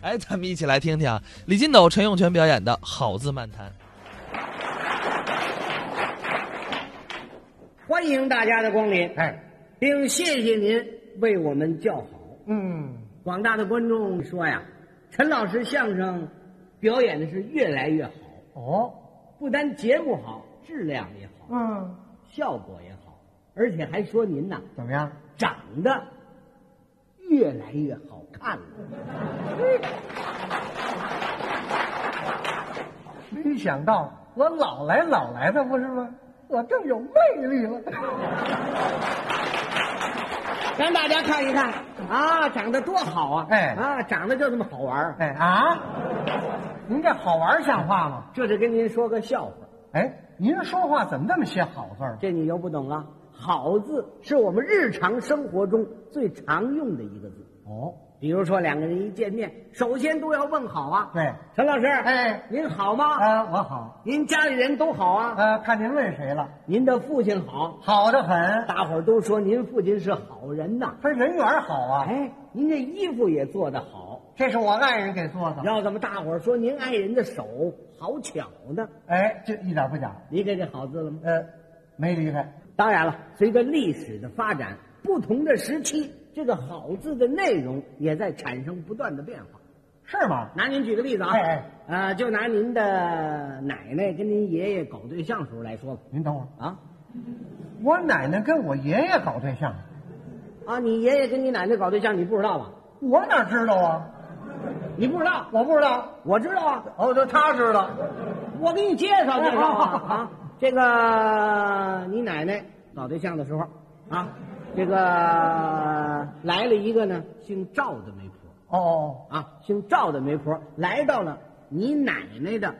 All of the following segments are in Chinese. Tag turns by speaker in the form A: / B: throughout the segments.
A: 哎，咱们一起来听听啊，李金斗、陈永泉表演的《好字漫谈》。
B: 欢迎大家的光临，
C: 哎，
B: 并谢谢您为我们叫好。
C: 嗯，
B: 广大的观众说呀，陈老师相声表演的是越来越好，
C: 哦，
B: 不单节目好，质量也好，
C: 嗯，
B: 效果也好，而且还说您呐
C: 怎么样？
B: 长得越来越好看了。
C: 没想到我老来老来的不是吗？我更有魅力 了。
B: 让大家看一看啊，长得多好啊！
C: 哎
B: 啊，长得就这么好玩儿
C: 哎啊，您这好玩像话吗？
B: 这是跟您说个笑话。
C: 哎，您说话怎么那么些好字儿？
B: 这你又不懂了。好字是我们日常生活中最常用的一个字。
C: 哦，
B: 比如说两个人一见面，首先都要问好啊。
C: 对，
B: 陈老师，
C: 哎
B: 您好吗？
C: 啊，我好，
B: 您家里人都好啊？
C: 啊，看您问谁了，
B: 您的父亲好，
C: 好的很，
B: 大伙儿都说您父亲是好人呐。
C: 他人缘好啊，
B: 哎，您这衣服也做得好，
C: 这是我爱人给做的。
B: 要怎么大伙儿说您爱人的手好巧呢？
C: 哎，这一点不假，
B: 离开这好字了吗？
C: 呃，没离开。
B: 当然了，随着历史的发展，不同的时期，这个“好”字的内容也在产生不断的变化。
C: 是吗？
B: 拿您举个例子啊，
C: 哎哎
B: 呃，就拿您的奶奶跟您爷爷搞对象时候来说吧，
C: 您等会儿，
B: 啊
C: 我奶奶跟我爷爷搞对象，
B: 啊，你爷爷跟你奶奶搞对象，你不知道吧？
C: 我哪知道啊？
B: 你不知道，
C: 我不知道。
B: 我知道啊，
C: 哦，这他知道。
B: 我给你介绍介绍啊
C: 哎好好 好
B: 啊，这个你奶奶搞对象的时候啊，这个来了一个呢姓赵的媒婆。
C: 哦，
B: 啊，姓赵的媒婆来到了你奶奶的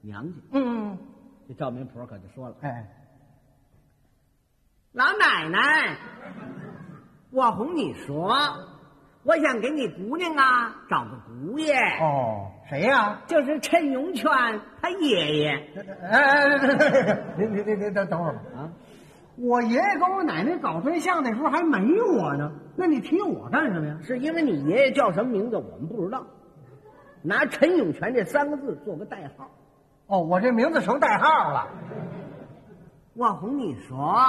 B: 娘家。
C: 嗯，
B: 这赵媒婆可就说了
C: 哎，：“
B: 老奶奶，我哄你说，我想给你姑娘啊找个姑爷，
C: 哦，谁呀、
B: 就是陈永泉他爷爷
C: 哎哎哎哎，哎您您您您等等会儿吧。
B: 啊。
C: 我爷爷跟我奶奶搞对象那时候还没我呢，那你提我干什么呀？
B: 是因为你爷爷叫什么名字我们不知道，拿陈永泉这三个字做个代号。
C: 哦，我这名字成代号了。
B: 我哄你说，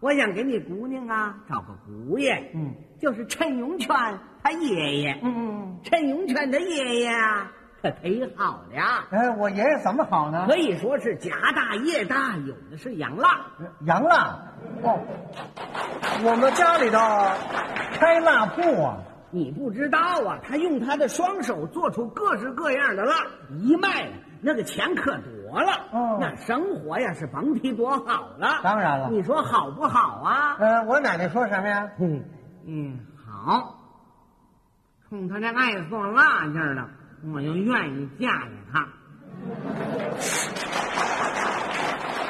B: 我想给你姑娘啊找个姑爷，
C: 嗯，
B: 就是陈永泉他爷爷。
C: 嗯，
B: 陈永泉的爷爷啊，可忒好了，
C: 哎，我爷爷怎么好呢？
B: 可以说是家大业大，有的是洋蜡。
C: 洋蜡。哦，我们家里头开蜡铺啊。
B: 你不知道啊，他用他的双手做出各式各样的蜡，一卖那个钱可多了。
C: 哦
B: 那生活呀是甭提多好了。
C: 当然了
B: 你说好不好啊？
C: 呃，我奶奶说什么呀？
B: 嗯嗯，好。冲他这爱做蜡劲儿的，我就愿意嫁给他。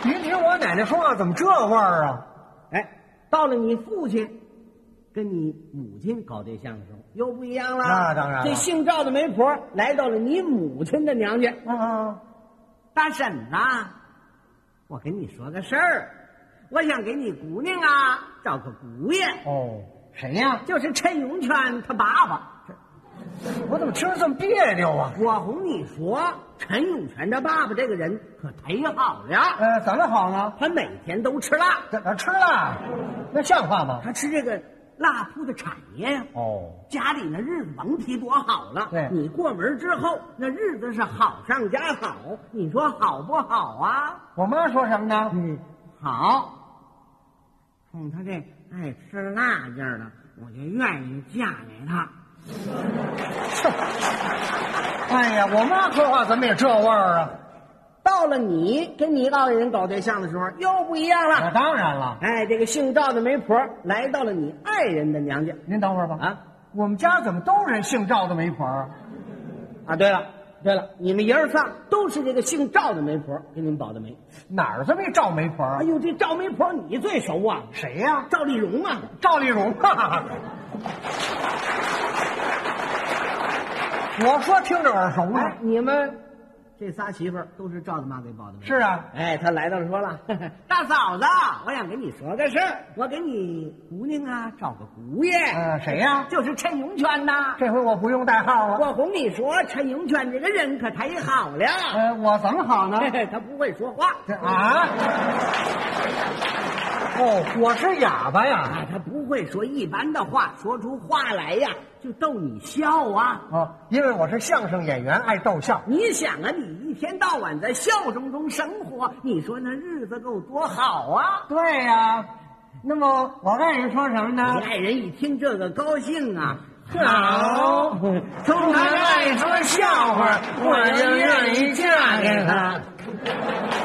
C: 您听我奶奶说话怎么这味儿啊？
B: 哎，到了你父亲跟你母亲搞对象的时候，又不一样了。
C: 那当然了
B: 这姓赵的媒婆来到了你母亲的娘家，
C: 嗯嗯，
B: 大婶子，我跟你说个事儿，我想给你姑娘啊找个姑爷，
C: 哦，谁呀？
B: 就是陈永泉他爸爸。
C: 我怎么听着这么别扭啊？
B: 我哄你说，陈永泉他爸爸这个人可忒好了，
C: 呃，怎么好呢？
B: 他每天都吃辣，
C: 怎么吃辣？那像话吗？
B: 他吃这个辣铺的产业呀。
C: 哦，
B: 家里那日子甭提多好了。
C: 对
B: 你过门之后，那日子是好上加好，你说好不好啊？
C: 我妈说什么呢？
B: 嗯，好。冲他这爱吃辣劲儿的，我就愿意嫁给他。
C: 哎呀，我妈说话怎么也这味儿啊？
B: 到了你跟你爱人搞对象的时候，又不一样
C: 那
B: 了。
C: 当然了。
B: 哎，这个姓赵的媒婆来到了你爱人的娘家
C: 您等会儿吧。
B: 啊
C: 我们家怎么都是姓赵的媒婆啊？
B: 啊！对了，对了，你们爷儿仨都是这个姓赵的媒婆给你们保的媒。
C: 哪儿这么一赵媒婆啊
B: 哎？呦，这赵媒婆你最熟啊！
C: 谁呀、
B: 赵丽蓉啊，
C: 赵丽蓉。啊哈哈哈我说听着耳熟呢。
B: 哎，你们这仨媳妇儿都是赵大妈给保的媒。
C: 是啊，
B: 哎，他来到了，说了：“ 大嫂子，我想跟你说个事儿，我给你姑娘啊找个姑爷，
C: 嗯，谁呀？
B: 就是陈永泉呐。
C: 这回我不用代号了。
B: 我哄你说，陈永泉这个人可忒好了，
C: 呃，我怎么好呢？
B: 他不会说话
C: 这啊？哦，我是哑巴呀。
B: 啊，他不会说一般的话，说出话来呀就逗你笑啊。
C: 哦，因为我是相声演员，爱逗笑。
B: 你想啊，你一天到晚在笑声中生活，你说那日子够多好啊！
C: 对呀、那么我爱人说什么
B: 你
C: 呢？
B: 爱人一听这个高兴啊，
C: 好，
B: 从
C: 他爱说笑话我就愿意嫁给他。